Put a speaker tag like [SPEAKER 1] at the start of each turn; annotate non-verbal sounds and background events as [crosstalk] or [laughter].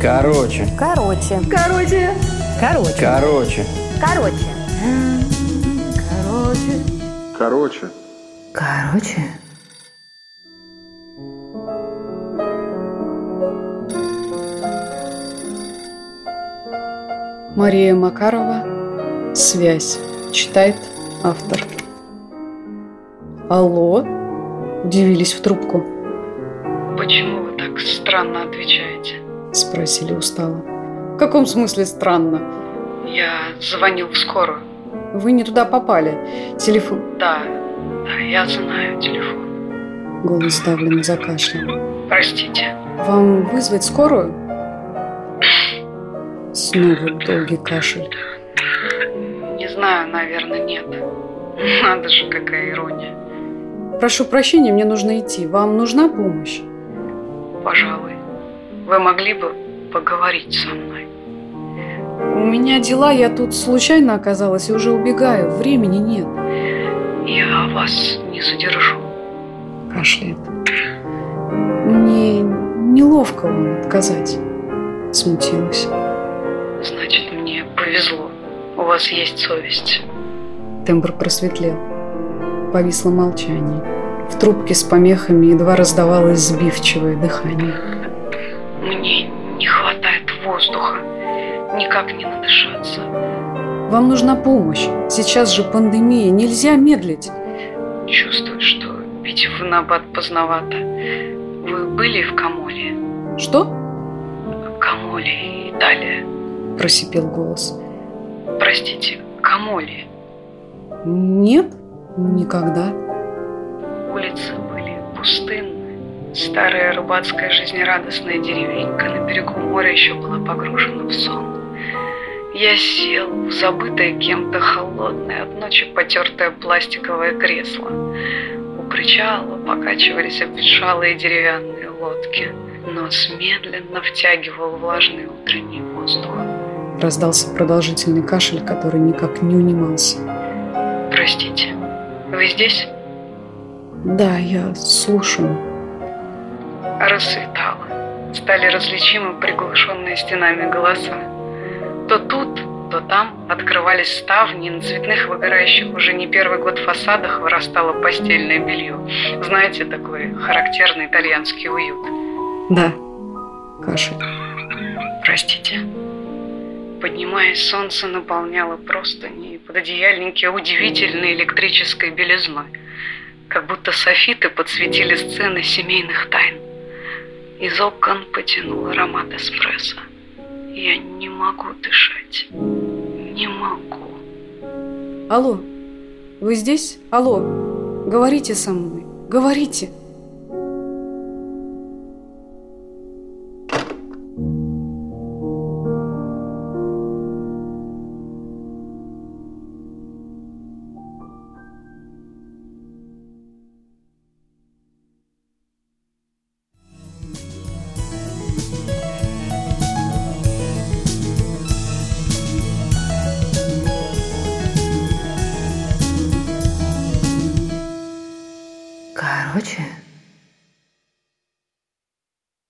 [SPEAKER 1] Короче,
[SPEAKER 2] Короче.
[SPEAKER 3] Короче,
[SPEAKER 2] Короче.
[SPEAKER 1] короче.
[SPEAKER 3] короче.
[SPEAKER 4] Короче.
[SPEAKER 2] Короче.
[SPEAKER 5] Мария Макарова. Связь. Читает автор. Алло? Удивились в трубку. Почему вы так странно отвечаете? Спросили устало. В каком смысле странно? Я звонил в скорую. Вы не туда попали. Телефон... Да, да, А я знаю телефон. Голос давленно закашлял. Простите. Вам вызвать скорую? Снова долгий кашель. Не знаю, наверное, нет. [laughs] Надо же, какая ирония. Прошу прощения, мне нужно идти. Вам нужна помощь? Пожалуй. Вы могли бы поговорить со мной? У меня дела, я тут случайно оказалась и уже убегаю. Времени нет. Я вас не задержу. Кашляет. Мне неловко вам отказать. Смутилась. Значит, мне повезло. У вас есть совесть. Тембр просветлел. Повисло молчание. В трубке с помехами едва раздавалось сбивчивое дыхание. Мне не хватает воздуха. Никак не надышаться. Вам нужна помощь. Сейчас же пандемия. Нельзя медлить. Чувствую, что бить в набат поздновато. Вы были в Камоле? Что? Камоле, Италия. Просипел голос. Простите, Камоли? Нет, никогда. Улицы были пустынны. Старая рыбацкая жизнерадостная деревенька на берегу моря еще была погружена в сон. Я сел в забытое кем-то холодное от ночи потертое пластиковое кресло. У причала покачивались обветшалые деревянные лодки. Нос медленно втягивал влажный утренний воздух. Раздался продолжительный кашель, который никак не унимался. Простите, вы здесь? Да, я слушаю. Рассветало. Стали различимы приглушенные стенами голоса. То тут, то там открывались ставни, и на цветных выгорающих уже не первый год фасадах вырастало постельное белье. Знаете, такой характерный итальянский уют. Да, кашель. Простите. Поднимаясь, солнце наполняло простыни и пододеяльники а удивительной электрической белизной, как будто софиты подсветили сцены семейных тайн. Из окон потянул аромат эспрессо. Я не могу дышать. Не могу. Алло, вы здесь? Алло, говорите со мной. Говорите.
[SPEAKER 2] Короче.